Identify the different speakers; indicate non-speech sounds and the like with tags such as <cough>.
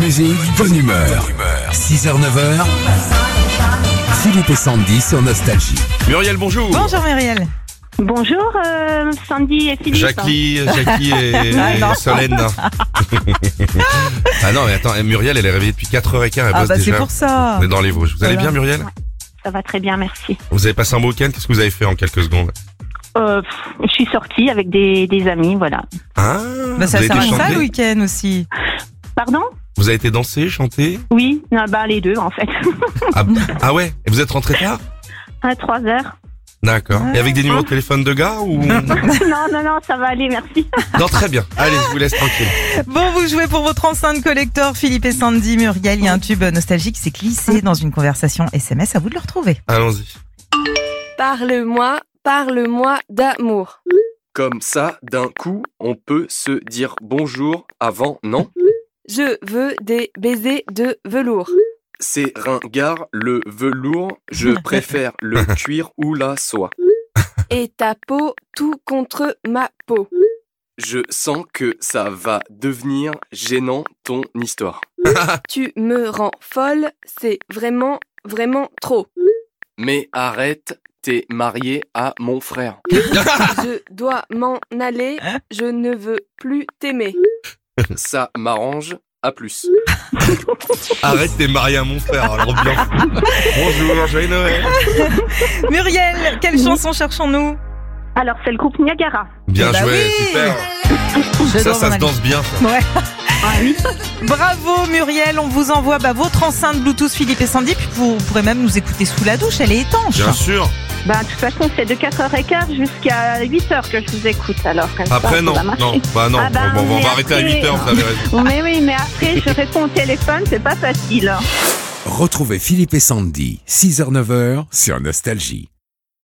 Speaker 1: musique, bonne humeur. 6h, 9h. Philippe et Sandy sur Nostalgie.
Speaker 2: Muriel, bonjour.
Speaker 3: Bonjour Muriel.
Speaker 4: Bonjour euh, Sandy et Philippe.
Speaker 2: Jacqueline, Jacqueline et,
Speaker 3: <laughs> Ah, non.
Speaker 2: et Solène. ah non, mais attends, Muriel, elle est réveillée depuis 4h15, elle
Speaker 3: Ah
Speaker 2: bosse
Speaker 3: bah c'est
Speaker 2: déjà.
Speaker 3: pour ça.
Speaker 2: On est dans les Vosges. Vous allez
Speaker 3: Voilà.
Speaker 2: bien, Muriel
Speaker 4: Ça va très bien, merci.
Speaker 2: Vous avez passé un beau week-end Qu'est-ce que vous avez fait en quelques secondes
Speaker 4: Euh, pff, je suis sortie avec des, des amis, voilà.
Speaker 2: Ah
Speaker 3: Bah ça
Speaker 2: Vous avez
Speaker 3: sert à
Speaker 2: été
Speaker 3: ça
Speaker 2: chanter
Speaker 3: le week-end
Speaker 2: <laughs>
Speaker 3: aussi.
Speaker 4: Pardon
Speaker 2: Vous avez été danser, chanter
Speaker 4: Oui, ah bah, les deux en fait. <laughs>
Speaker 2: ah, ah ouais Et vous êtes rentré tard
Speaker 4: À 3 heures. <laughs>
Speaker 2: D'accord. Et avec des numéros
Speaker 3: Ah.
Speaker 2: de téléphone de gars ou
Speaker 3: <laughs>
Speaker 4: non, non, non, ça va aller, merci.
Speaker 2: Non, très bien. Allez, je vous laisse tranquille.
Speaker 3: Bon, vous jouez pour votre enceinte collector Philippe et Sandy Muriel. Il y a un tube nostalgique qui s'est
Speaker 2: <laughs>
Speaker 3: glissé dans une conversation SMS. À vous de le retrouver.
Speaker 2: Allons-y.
Speaker 5: Parle-moi, parle-moi d'amour.
Speaker 6: Comme ça, d'un coup, on peut se dire bonjour avant, non
Speaker 5: Je veux des baisers de velours.
Speaker 6: C'est ringard, le velours, je préfère le cuir ou la soie.
Speaker 5: Et ta peau tout contre ma peau.
Speaker 6: Je sens que ça va devenir gênant ton histoire.
Speaker 5: Tu me rends folle, c'est vraiment, vraiment trop.
Speaker 6: Mais arrête, t'es marié à mon frère.
Speaker 5: Je dois m'en aller, je ne veux plus t'aimer.
Speaker 6: Ça m'arrange, à plus.
Speaker 2: Arrête, t'es marié à mon frère, alors bien.
Speaker 3: <laughs>
Speaker 2: Bonjour, joyeux Noël.
Speaker 3: Muriel, quelle chanson cherchons-nous
Speaker 4: Alors, c'est le groupe Niagara.
Speaker 2: Bien
Speaker 3: Eh bah
Speaker 2: joué,
Speaker 3: oui.
Speaker 2: super. Ça, ça
Speaker 3: J'adore mon
Speaker 2: se
Speaker 3: ami.
Speaker 2: danse bien. ça.
Speaker 3: Ouais.
Speaker 4: Ah oui
Speaker 3: Bravo Muriel, on vous envoie bah, votre enceinte Bluetooth Philippe et Sandy. Puis vous pourrez même nous écouter sous la douche, elle est étanche.
Speaker 2: Bien sûr.
Speaker 4: Bah, de toute façon, c'est de 4h15 jusqu'à 8h que je vous écoute, alors. comme ça,
Speaker 2: Après,
Speaker 4: ça
Speaker 2: non.
Speaker 4: va marcher.
Speaker 2: Non, bah non.
Speaker 4: Ah bah,
Speaker 2: Bon, bon, on
Speaker 4: mais
Speaker 2: va arrêter à
Speaker 4: après-
Speaker 2: 8h, vous avez raison.
Speaker 4: Mais oui, mais après, je réponds au téléphone, c'est pas facile. hein.
Speaker 1: Retrouvez Philippe et Sandy, 6h, 9h sur Nostalgie.